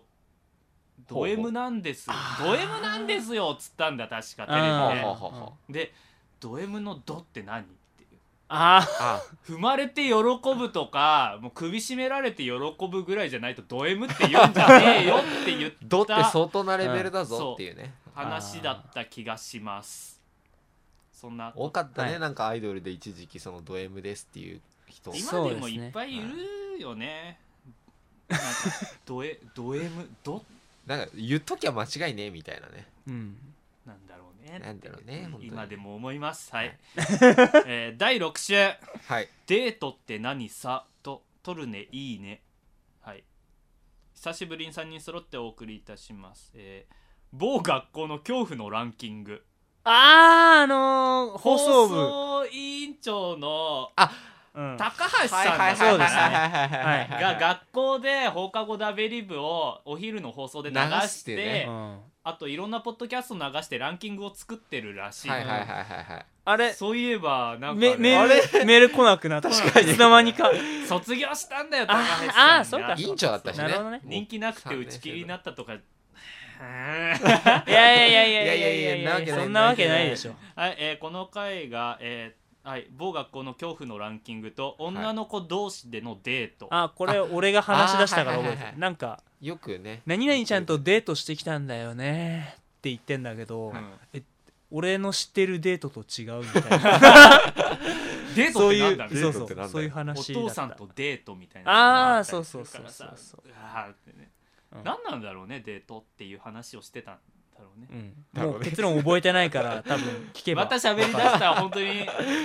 Speaker 3: ほ
Speaker 1: ド
Speaker 3: う
Speaker 1: M なんですよド M なんですよっつったんだ確かテ
Speaker 2: あ
Speaker 3: はあ
Speaker 2: ー
Speaker 3: はあ
Speaker 1: レ
Speaker 3: はあは
Speaker 1: ビででド M の「ド」って何っていう
Speaker 2: あ
Speaker 3: あ
Speaker 1: 踏まれて喜ぶとかもう首絞められて喜ぶぐらいじゃないとド M って言うんじゃねえよって 言っ
Speaker 3: どって
Speaker 1: た
Speaker 3: 相当なレベルだぞっていうね、
Speaker 1: 話だった気がしますそんな
Speaker 3: 多かったね、
Speaker 2: はい
Speaker 3: なんかアイドルで一時期そのド M ですっていう人
Speaker 1: 今で
Speaker 2: そう
Speaker 1: も
Speaker 2: ですね
Speaker 1: いっぱいいるよねなんかドエド M ド
Speaker 3: なんか言っときゃ間違いねみたいなね
Speaker 2: ーうん
Speaker 1: なんだろうね
Speaker 3: なんだろうね
Speaker 1: ん
Speaker 3: 本当に
Speaker 1: 今でも思いますは
Speaker 3: はい
Speaker 1: い、えー第6週
Speaker 3: はい
Speaker 1: 「デートって何さ?」と「取るねいいね」はい久しぶりに3人揃ってお送りいたします、えー某学校の恐怖のランキング
Speaker 2: あーあのー、放送部
Speaker 1: 放送委員長の
Speaker 2: うん、
Speaker 1: 高橋さん
Speaker 3: は
Speaker 1: が
Speaker 3: いはいはいはい
Speaker 2: そうですね
Speaker 3: はいはい
Speaker 1: が学校で放課後ダベリブをお昼の放送で流して
Speaker 3: 流してね
Speaker 2: うん
Speaker 1: あといろんなポッドキャスト流してランキングを作ってるらしい、
Speaker 3: はいはいはいはい
Speaker 2: あれ
Speaker 1: そういえばなんかね、
Speaker 2: めメールメール来なくなった
Speaker 3: 確かに
Speaker 2: いつの間にか
Speaker 1: 卒業したんだよ高橋
Speaker 2: あ
Speaker 1: さんが
Speaker 2: あーそうか
Speaker 3: 委員長だったしね
Speaker 2: なるほどね
Speaker 1: 人気なくて打ち切りになったとか
Speaker 2: いやいやいやいやいやいや
Speaker 3: いやいやいやなわけない
Speaker 2: そんなわけないでしょ
Speaker 1: はい、えーこの回が、えーはい、某学校の恐怖のランキングと女の子同士でのデート、
Speaker 2: あこれ俺が話し出したから
Speaker 3: あー
Speaker 2: 覚
Speaker 3: は
Speaker 2: え
Speaker 3: いはい
Speaker 2: て
Speaker 3: はい
Speaker 2: るなんか
Speaker 3: よく
Speaker 2: 「
Speaker 3: ね
Speaker 2: 何々ちゃんとデートしてきたんだよね」って言ってんだけど、
Speaker 1: うん
Speaker 2: 俺の知ってるデートと違うみたいな
Speaker 1: デート
Speaker 2: そ
Speaker 1: っ
Speaker 2: う
Speaker 1: てないんだ
Speaker 2: う
Speaker 1: ね
Speaker 2: そう
Speaker 3: デート
Speaker 2: そ
Speaker 3: って なん
Speaker 2: う
Speaker 3: だよ
Speaker 2: そういう
Speaker 1: お
Speaker 2: 話だった
Speaker 1: 父さんとデートみたいな
Speaker 2: あー
Speaker 1: のがったりするからさ
Speaker 2: そうそうそうそう
Speaker 1: わーってね
Speaker 2: うん
Speaker 1: 何なんだろうねデートっていう話をしてたんだろうね
Speaker 2: うん
Speaker 3: なるほ
Speaker 2: もう
Speaker 3: どね
Speaker 2: 結論覚えてない から多分聞けば
Speaker 1: また喋り出したら本当に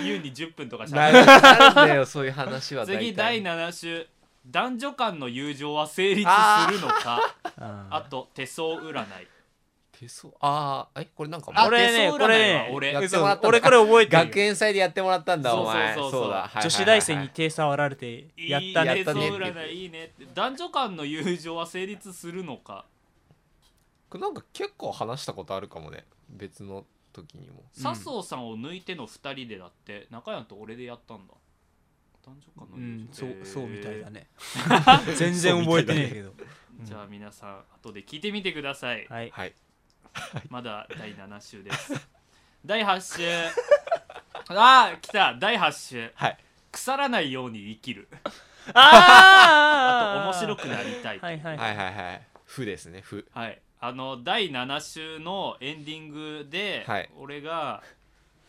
Speaker 1: 優に10分と か
Speaker 3: な
Speaker 1: 喋
Speaker 3: る
Speaker 1: る
Speaker 3: なんだよそういう話は大体
Speaker 1: 次第7週男女間の友情は成立
Speaker 3: あ
Speaker 1: するのかあ
Speaker 2: あ
Speaker 1: と手相占い
Speaker 3: 手相ああえこれなんか
Speaker 1: あ
Speaker 2: これ
Speaker 1: 手
Speaker 2: ねこ
Speaker 1: 相占いは
Speaker 2: れね
Speaker 1: 俺
Speaker 2: やって
Speaker 3: 嘘
Speaker 2: もらったんだ俺これ覚えてるよ
Speaker 3: 学園祭でやってもらったんだ
Speaker 1: そう
Speaker 3: お前
Speaker 1: そうそうそう
Speaker 3: だはいはいはい
Speaker 2: 女子大生に手触られてやった
Speaker 1: い
Speaker 2: ね
Speaker 1: い
Speaker 3: や
Speaker 1: 手
Speaker 3: っ
Speaker 1: 相
Speaker 3: たね
Speaker 1: 占いいいねって男女間の友情は成立するのか
Speaker 3: これなんか結構話したことあるかもね別の時にも
Speaker 2: うん
Speaker 1: 笹生さんを抜いての2人でだって中山と俺でやったんだ男女間
Speaker 2: う
Speaker 1: の友
Speaker 2: ん
Speaker 1: 情、
Speaker 2: そうそうみたいだ
Speaker 1: ね
Speaker 2: ね全然覚えてねえけど
Speaker 1: じゃあ皆さん後で聞いてみてください
Speaker 2: はい
Speaker 3: はい
Speaker 1: まだ第7週です。 第8週。ああ、来た。第8週。
Speaker 3: はい
Speaker 1: 腐らないように生きる。あ
Speaker 2: あー
Speaker 1: と面白くなりたい。
Speaker 2: はいはい
Speaker 3: はいはいはい負ですね負
Speaker 1: はいあの、第7週のエンディングで、
Speaker 3: はい
Speaker 1: 俺が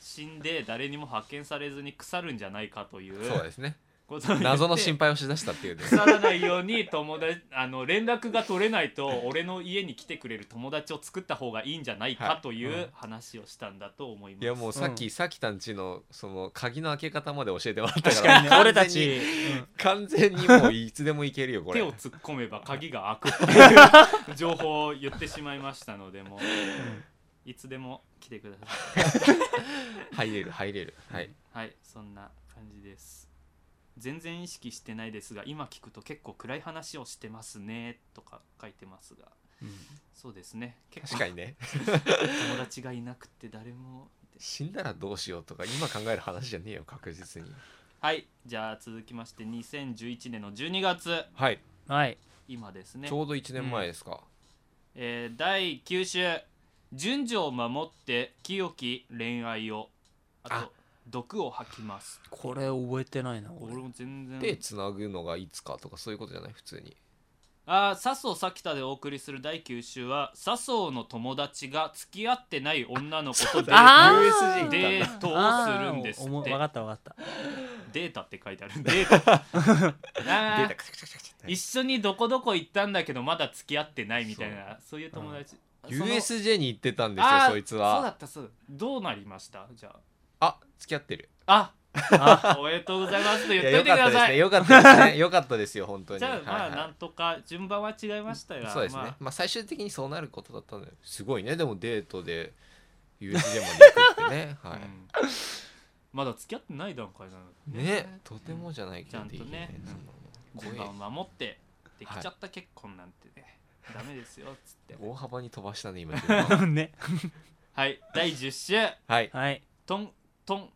Speaker 1: 死んで誰にも発見されずに腐るんじゃないかという、
Speaker 3: そうですね
Speaker 1: ことになって
Speaker 3: 謎の心配をしだしたっていう ね
Speaker 1: 腐らないように友達あの連絡が取れないと俺の家に来てくれる友達を作った方がいいんじゃない
Speaker 3: は
Speaker 1: か
Speaker 3: い
Speaker 1: といううん話をしたんだと思います。
Speaker 3: いやもうさっき、さきたんちのその鍵の開け方まで教えてもらった
Speaker 2: 確
Speaker 3: か
Speaker 2: からにね
Speaker 3: 完全に
Speaker 2: 俺たち、うん
Speaker 3: 完全にもういつでもいけるよこれ
Speaker 1: 手を突っ込めば鍵が開くっていう情報を言ってしまいましたのでもういつでも来てくださ
Speaker 3: 入れる入れるはい
Speaker 1: いはいそんな感じです全然意識してないですが今聞くと結構暗い話をしてますねとか書いてますがそうですね結
Speaker 3: 確
Speaker 1: 構
Speaker 3: かにね
Speaker 1: 友達がいなくて誰も
Speaker 3: 死んだらどうしようとか今考える話じゃねえよ確実に
Speaker 1: はいじゃあ続きまして2011年の12月
Speaker 3: はい
Speaker 2: はい
Speaker 1: 今ですね
Speaker 3: ちょうど1年前ですか、
Speaker 1: えー第9週「順序を守って清き恋愛を」あと
Speaker 3: あ
Speaker 1: 毒を吐きます」
Speaker 2: これ覚えてないな
Speaker 1: 俺
Speaker 2: 俺
Speaker 1: も全
Speaker 3: で
Speaker 1: 然
Speaker 3: つなぐのがいつかとかそういうことじゃない普通に
Speaker 1: あー笹生咲田でお送りする第9週は笹生の友達が付き合ってない女の子とデ
Speaker 2: あ
Speaker 1: ー
Speaker 2: ー
Speaker 1: トデートをするんです
Speaker 2: あーおも
Speaker 1: って
Speaker 2: 分かった分か った
Speaker 1: データって書いてあるデータあー
Speaker 3: データカチャカチャカチャって
Speaker 1: 一緒にどこどこ行ったんだけどまだ付き合ってないみたいなそういう友達その
Speaker 3: USJ に行ってたんですよ
Speaker 1: あー
Speaker 3: そいつ
Speaker 1: そうだ
Speaker 3: は
Speaker 1: ったそうだったどうなりましたじゃあ
Speaker 3: あ付き合ってる
Speaker 1: ああおめでとうございますと言っ
Speaker 3: い
Speaker 1: と
Speaker 3: や
Speaker 1: い
Speaker 3: よ
Speaker 1: てく
Speaker 3: か
Speaker 1: だ
Speaker 3: ったで
Speaker 1: さ
Speaker 3: す
Speaker 1: い
Speaker 3: ねよかったですねよかったですよ本当に
Speaker 1: じゃあまあ、
Speaker 3: はいはい
Speaker 1: なんとか順番は違いましたが
Speaker 3: そうですね、まあ
Speaker 1: まあ、
Speaker 3: 最終的にそうなることだったのですごいねでもデートで USJ まで行くって ね、は
Speaker 1: うん
Speaker 3: い
Speaker 1: まだ付き合ってない段階なの
Speaker 3: ねとてもじゃないけど
Speaker 1: ちゃんとね
Speaker 3: その
Speaker 1: 順番を守ってできちゃった結婚なんてね、ダメですよっつって
Speaker 3: 大幅に飛ばしたね今順番
Speaker 2: ね
Speaker 1: はい第10週
Speaker 3: はい
Speaker 2: はい
Speaker 1: トントン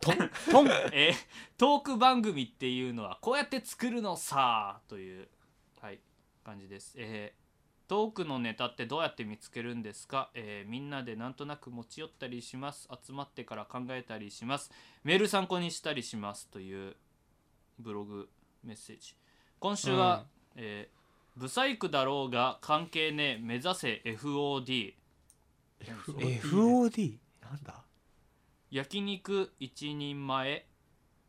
Speaker 3: とん
Speaker 2: トン
Speaker 1: えートーク番組っていうのはこうやって作るのさという、はい、感じです、えートークのネタってどうやって見つけるんですか、えーみんなでなんとなく持ち寄ったりします集まってから考えたりしますメール参考にしたりしますというブログメッセージ今週は、えーブサイクだろうが関係ねえ目指せ FOD
Speaker 2: え FOD?
Speaker 3: なんだ
Speaker 1: 焼肉一人前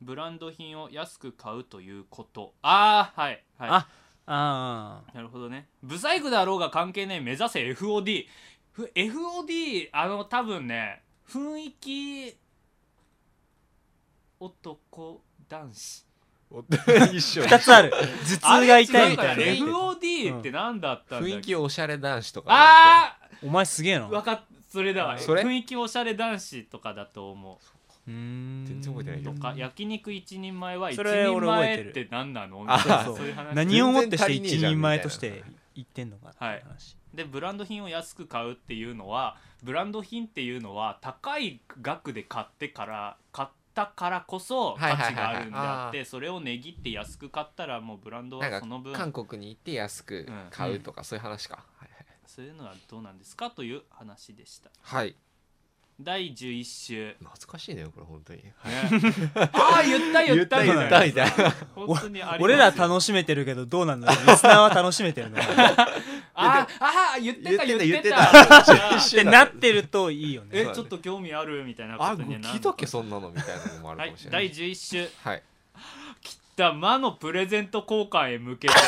Speaker 1: ブランド品を安く買うということああはいはい
Speaker 2: あああ
Speaker 1: なるほどねブサイクだろうが関係ねえ目指せ FOD ふ FOD あの多分ね雰囲気男男子
Speaker 3: お 一緒
Speaker 2: 2つあ る頭痛が痛いみた
Speaker 1: あれ違
Speaker 2: いうな
Speaker 1: か
Speaker 2: ね
Speaker 1: ら FOD って何だったんだっけ
Speaker 3: 雰囲気おしゃれ男子とか
Speaker 1: あ
Speaker 2: お前すげえな
Speaker 1: あわかっそれだわ
Speaker 3: それ
Speaker 1: 雰囲気おしゃれ男子とかだと思う
Speaker 2: 全
Speaker 3: 全然覚えてないけど
Speaker 1: とか焼肉一人前は一
Speaker 2: それ
Speaker 1: 人
Speaker 2: 俺覚え
Speaker 1: 前
Speaker 2: て
Speaker 1: っ
Speaker 2: る
Speaker 1: て何なのみた
Speaker 3: あ
Speaker 1: いな
Speaker 3: そう
Speaker 1: そういう話
Speaker 2: 何をもってして
Speaker 3: 全然足りねえ
Speaker 2: 一
Speaker 3: じゃん
Speaker 2: 人前として言ってんのかっていう話
Speaker 1: でブランド品を安く買うっていうのはブランド品っていうのは高い額で買ってから買ったからこそ
Speaker 3: はい
Speaker 1: 価
Speaker 3: はいはいはい
Speaker 1: 値があるんであっ
Speaker 3: あ
Speaker 1: てそれを値切って安く買ったらもうブランド
Speaker 3: な
Speaker 1: は
Speaker 3: ん
Speaker 1: そ
Speaker 3: か
Speaker 1: の分
Speaker 3: 韓国に行って安く買うとか、そういう話かはい
Speaker 1: そういうのはどうなんですかという話でした
Speaker 3: はい、はい、
Speaker 1: 第11週
Speaker 3: 懐かしいねこれ本当に
Speaker 1: ねああ言った言ったみ
Speaker 3: 言
Speaker 1: た
Speaker 3: っ
Speaker 1: い
Speaker 3: た
Speaker 1: な
Speaker 3: みたいな
Speaker 1: 本当にありますよ
Speaker 2: 俺ら楽しめてるけどどうなん だろうリスナーは楽しめてるのかなっ
Speaker 1: あーあー言ってた言
Speaker 3: 言
Speaker 1: っ
Speaker 3: ってて
Speaker 1: た
Speaker 3: た
Speaker 1: じゃあ
Speaker 2: てなってるといいよね
Speaker 1: えちょっと興味あるみたいなこ
Speaker 3: あ
Speaker 1: とにはなるのかな
Speaker 3: 聞いたっけそんなのみたいなのもある
Speaker 1: は
Speaker 3: か
Speaker 1: い
Speaker 3: もしれない、
Speaker 1: 第11週
Speaker 3: はい
Speaker 1: だ魔のプレゼント交換へ向けて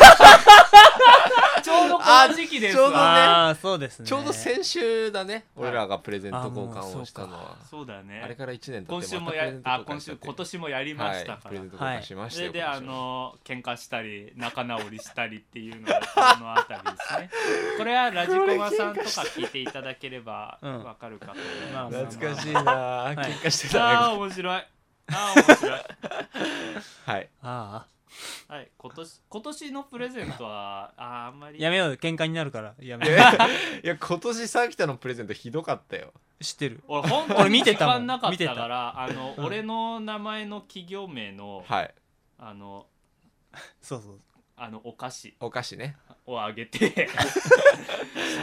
Speaker 1: ちょうどこの時期です
Speaker 3: あちょうどね
Speaker 1: わ
Speaker 2: ああそうですね
Speaker 3: ちょうど先週だね、
Speaker 1: はい
Speaker 3: 俺らがプレゼント交換をしたのは。
Speaker 1: そうだ
Speaker 3: あれ
Speaker 1: ね
Speaker 3: から1年経
Speaker 1: 今
Speaker 3: って
Speaker 1: 週
Speaker 3: ま
Speaker 1: も
Speaker 3: たプレ
Speaker 1: や
Speaker 3: ゼント
Speaker 1: あ
Speaker 3: 交換
Speaker 1: 今
Speaker 3: した
Speaker 1: 週
Speaker 3: って
Speaker 1: 今年もやりました
Speaker 3: はい
Speaker 1: か
Speaker 3: プレ
Speaker 1: ら、
Speaker 3: ゼント交換しまし
Speaker 1: そ
Speaker 3: た
Speaker 1: れ
Speaker 3: よ。
Speaker 1: であ
Speaker 3: 今年は
Speaker 1: の喧嘩したり仲直りしたりっていうのがこのあたりです ねこれはラジコマさんとか聞いていただければ
Speaker 2: うん
Speaker 1: わかるかと
Speaker 2: まあ
Speaker 1: 思い
Speaker 2: まあ
Speaker 1: ます、
Speaker 3: 懐かしい
Speaker 1: い
Speaker 3: なぁ、
Speaker 2: はい
Speaker 3: 喧嘩して
Speaker 1: あ
Speaker 3: た
Speaker 1: あ
Speaker 3: ね。
Speaker 1: 面白いああ面白い
Speaker 3: はい。
Speaker 2: あ
Speaker 1: はい今年今年のプレゼントはあーあんま
Speaker 2: あ
Speaker 1: り
Speaker 2: やめよう喧嘩になるからやめ
Speaker 3: い
Speaker 2: よ
Speaker 3: やいや今年さきたのプレゼントひどかったよ。
Speaker 2: う知ってる
Speaker 1: 俺本当
Speaker 2: 俺
Speaker 1: に
Speaker 2: 見
Speaker 1: 時
Speaker 2: てたもん
Speaker 1: 間なかっ
Speaker 2: 見て
Speaker 1: た
Speaker 2: た
Speaker 1: からあの
Speaker 2: うん
Speaker 1: 俺の名前の企業名の
Speaker 3: はい。
Speaker 1: あの
Speaker 2: そうそう
Speaker 1: あのお菓子
Speaker 3: お菓子ね。
Speaker 1: をあげて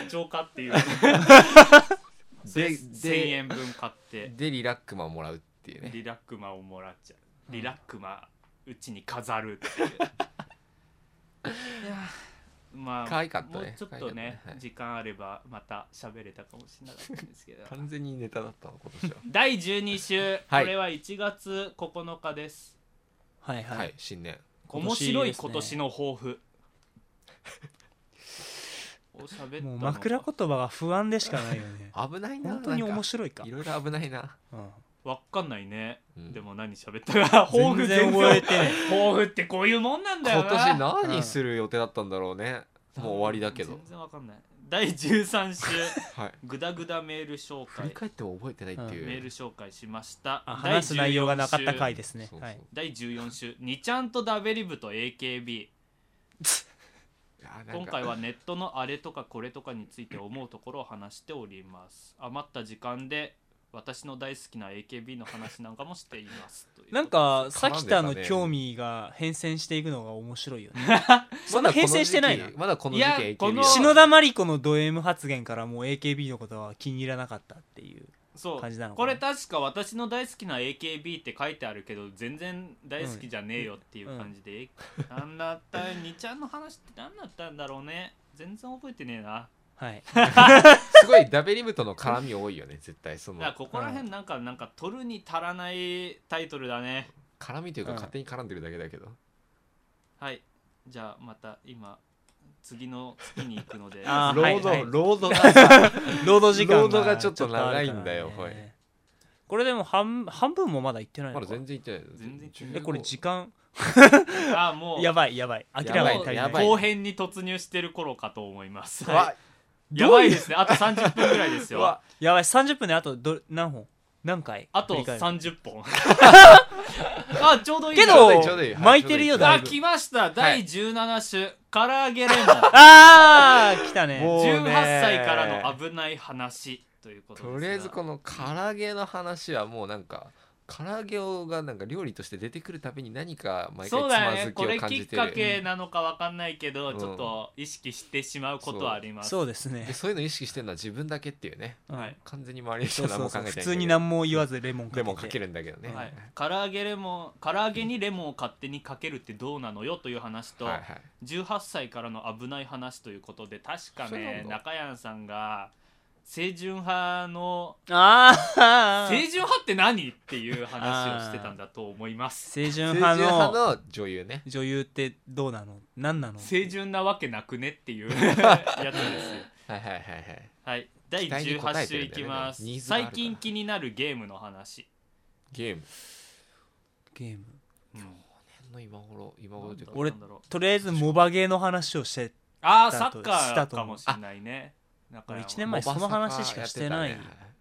Speaker 1: 社長かっていう
Speaker 3: で
Speaker 1: 1000円分買って
Speaker 3: でリラックマもらうっていうね。
Speaker 1: リラックマをもらっちゃうリラックマうちに飾るっていういやまあ
Speaker 3: 可愛かったね
Speaker 1: もうちょっとね
Speaker 3: 可愛かったねはい
Speaker 1: 時間あればまた喋れたかもしれなかったんですけど
Speaker 3: 完全にネ タだったの今年は。
Speaker 1: 第12週、
Speaker 3: はい
Speaker 1: これは1月9日です
Speaker 2: はいはい、
Speaker 3: はい、新年
Speaker 2: 今
Speaker 1: 面
Speaker 2: 年ですね
Speaker 1: 白い今年の抱負 おしゃべった
Speaker 2: もう
Speaker 1: のか
Speaker 2: 枕言葉が不安でしかないよ ね
Speaker 3: 危ないな
Speaker 2: 本当に面
Speaker 3: 白
Speaker 2: 白いか
Speaker 3: いろいろ危ないな、
Speaker 2: うん
Speaker 1: わっかんないね、
Speaker 3: うん
Speaker 1: でも何しゃべったか 抱負
Speaker 2: 全然覚えて ね
Speaker 1: 抱負ってこういうもんなんだよ
Speaker 3: 今
Speaker 1: な
Speaker 3: 年何する予定だったんだろうね、もう終わりだけど
Speaker 1: 全、然わかんない第13週
Speaker 3: はい、
Speaker 1: グダグダメール紹
Speaker 3: 振り
Speaker 1: 介
Speaker 3: 返っても覚えてないっていう、
Speaker 1: メール紹介しました
Speaker 2: あ話す内容がなかった回
Speaker 1: で
Speaker 2: ですね
Speaker 3: そうそう
Speaker 2: はい
Speaker 1: 第14週「にちゃんとダベリブと AKB」
Speaker 3: いやなんか
Speaker 1: 今回はネットのあれとかこれとかについて思うところを話しております余った時間で私の大好きな AKB の話なんかもしていますという
Speaker 2: なんかさ
Speaker 3: 絡んでたね
Speaker 2: きたの興味が変遷していくのが面白いよねそ
Speaker 3: ま
Speaker 2: んな
Speaker 3: だこの
Speaker 2: 変遷してないな
Speaker 3: 時期まだこの
Speaker 1: い
Speaker 3: 時期
Speaker 1: や
Speaker 3: AKB
Speaker 1: この
Speaker 3: だ
Speaker 2: 篠田麻里子のド M 発言からもう AKB のことは気に入らなかったっていう
Speaker 1: そう
Speaker 2: 感じなのか
Speaker 1: こ
Speaker 2: な
Speaker 1: れ確か私の大好きな AKB って書いてあるけど全然大好きじゃねえよっていう感じで、なんだったにちゃんの話って何だったんだろうね全然覚えてねえな
Speaker 2: はい
Speaker 3: すごいダベリブとの絡み多いよね絶対そ
Speaker 1: だ
Speaker 3: の
Speaker 1: からここら辺なんか、なんか取るに足らないタイトルだね
Speaker 3: 絡みというか
Speaker 2: うん
Speaker 3: 勝手に絡んでるだけだけど、
Speaker 1: はいじゃあまた今次の月に行くので
Speaker 2: あー
Speaker 3: 労働、
Speaker 2: はいはい
Speaker 3: 労 働がさ
Speaker 2: 労働時間
Speaker 3: 労働がちょっと長いんだよ
Speaker 2: ちょっとあるからねこれでも半半分もまだ行ってない
Speaker 3: ま
Speaker 2: の
Speaker 3: だ
Speaker 2: か
Speaker 3: 全然いってない
Speaker 1: 全然いってない
Speaker 2: えこれ時間
Speaker 1: あもう
Speaker 2: やばいやばい明らかに足り
Speaker 3: や
Speaker 2: な
Speaker 3: ばい
Speaker 2: い
Speaker 1: 後編に突入してる頃かと思います
Speaker 3: うわ
Speaker 1: やばいですねあと30分ぐらいです
Speaker 3: うわ
Speaker 1: よ
Speaker 2: やばい30分であとど何本何回
Speaker 1: あと
Speaker 2: 振り返る
Speaker 1: 30本 あちょうどいい
Speaker 2: け
Speaker 1: ちょう
Speaker 3: い
Speaker 1: い
Speaker 3: い
Speaker 1: い
Speaker 2: ど
Speaker 3: ちょうどいいはい
Speaker 2: 巻いてるよ
Speaker 3: ちょうど
Speaker 2: だ
Speaker 3: いい
Speaker 1: あ
Speaker 2: いぶ
Speaker 1: 来ました第17種、唐揚げレモン
Speaker 2: あー来たね
Speaker 3: もうね
Speaker 1: 18歳からの危ない話ということですが
Speaker 3: とりあえずこの唐揚げの話はもうなんか唐揚げがなんか料理として出てくるたびに何か毎回
Speaker 1: そう
Speaker 3: つ
Speaker 1: だ
Speaker 3: ま
Speaker 1: ね
Speaker 3: ずき
Speaker 1: これ
Speaker 3: を感
Speaker 1: き
Speaker 3: じ
Speaker 1: ってか
Speaker 3: る
Speaker 1: けなのかわかんないけど、
Speaker 3: うん
Speaker 1: ちょっと意識してしまうことはあります、
Speaker 2: そうです
Speaker 3: で
Speaker 2: ね
Speaker 3: そういうの意識してるのは自分だけっていうね
Speaker 1: はい
Speaker 3: 完全に周りの人
Speaker 2: そう
Speaker 3: は何
Speaker 2: そうそう
Speaker 3: も考えてない
Speaker 2: 普通に
Speaker 3: も
Speaker 2: 何も言わずレモンかけ
Speaker 3: レ
Speaker 2: て
Speaker 3: モンかけるんだけどね、
Speaker 1: はい、唐揚げレモン唐揚げにレモンを勝手にかけるってどうなのよという話と、
Speaker 3: はいはい
Speaker 1: 18歳からの危ない話ということで確か
Speaker 3: そうな
Speaker 1: ね
Speaker 3: んだ
Speaker 1: 中谷さんが清純派の
Speaker 2: ああ
Speaker 1: 清純派って何っていう話をしてたんだと思います
Speaker 2: 清純
Speaker 3: 政
Speaker 2: 派
Speaker 3: 治派
Speaker 2: の
Speaker 3: の女優ね
Speaker 2: 女優ってどうなの何なの
Speaker 1: 清純なわけなくねって いうやつですよ
Speaker 3: はいはいはいはい
Speaker 1: はい第
Speaker 3: 期待に応
Speaker 1: 18
Speaker 3: えて
Speaker 1: 週
Speaker 3: る
Speaker 1: い
Speaker 3: んだ
Speaker 1: き
Speaker 3: よね
Speaker 1: ます、
Speaker 3: ニーズがある
Speaker 1: 最
Speaker 3: から
Speaker 1: 近気になるゲームの話、
Speaker 3: ゲーム
Speaker 2: ゲーム
Speaker 3: の今頃今頃というか
Speaker 2: 俺
Speaker 1: なんだろう
Speaker 2: とりあえずモバゲーの話をして
Speaker 1: ああ
Speaker 2: ス
Speaker 1: サ
Speaker 2: ター
Speaker 1: ッ
Speaker 2: ト
Speaker 1: カーかもしれないね中谷は
Speaker 2: 俺一年前その話しかしてない
Speaker 3: モバサカやってたね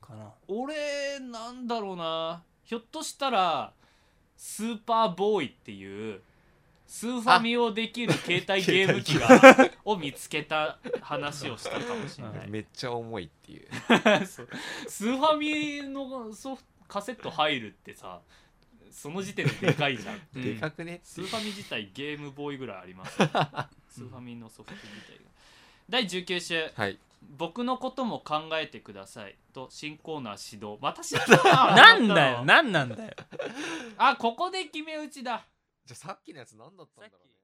Speaker 2: かな
Speaker 1: 俺なんだろうなひょっとしたらスーパーボーイっていうスーファミをできる携帯ゲーム機がを見つけた話をしたかもしれ
Speaker 2: は
Speaker 3: めっちゃ重いっていう
Speaker 1: ない そうスーファミのソフカセット入るってさその時点ででかいじゃん、
Speaker 2: うん
Speaker 3: でかくね
Speaker 1: スーファミ自体ゲームボーイぐらいあります スーファミのソフト自体が第19週
Speaker 3: はい
Speaker 1: 僕のことも考えてくださいと新コーナー指導また 指導
Speaker 2: なんだよ何なんだよ
Speaker 1: あここで決め打ちだ
Speaker 3: じゃあさっきのやつ何だったんだろうね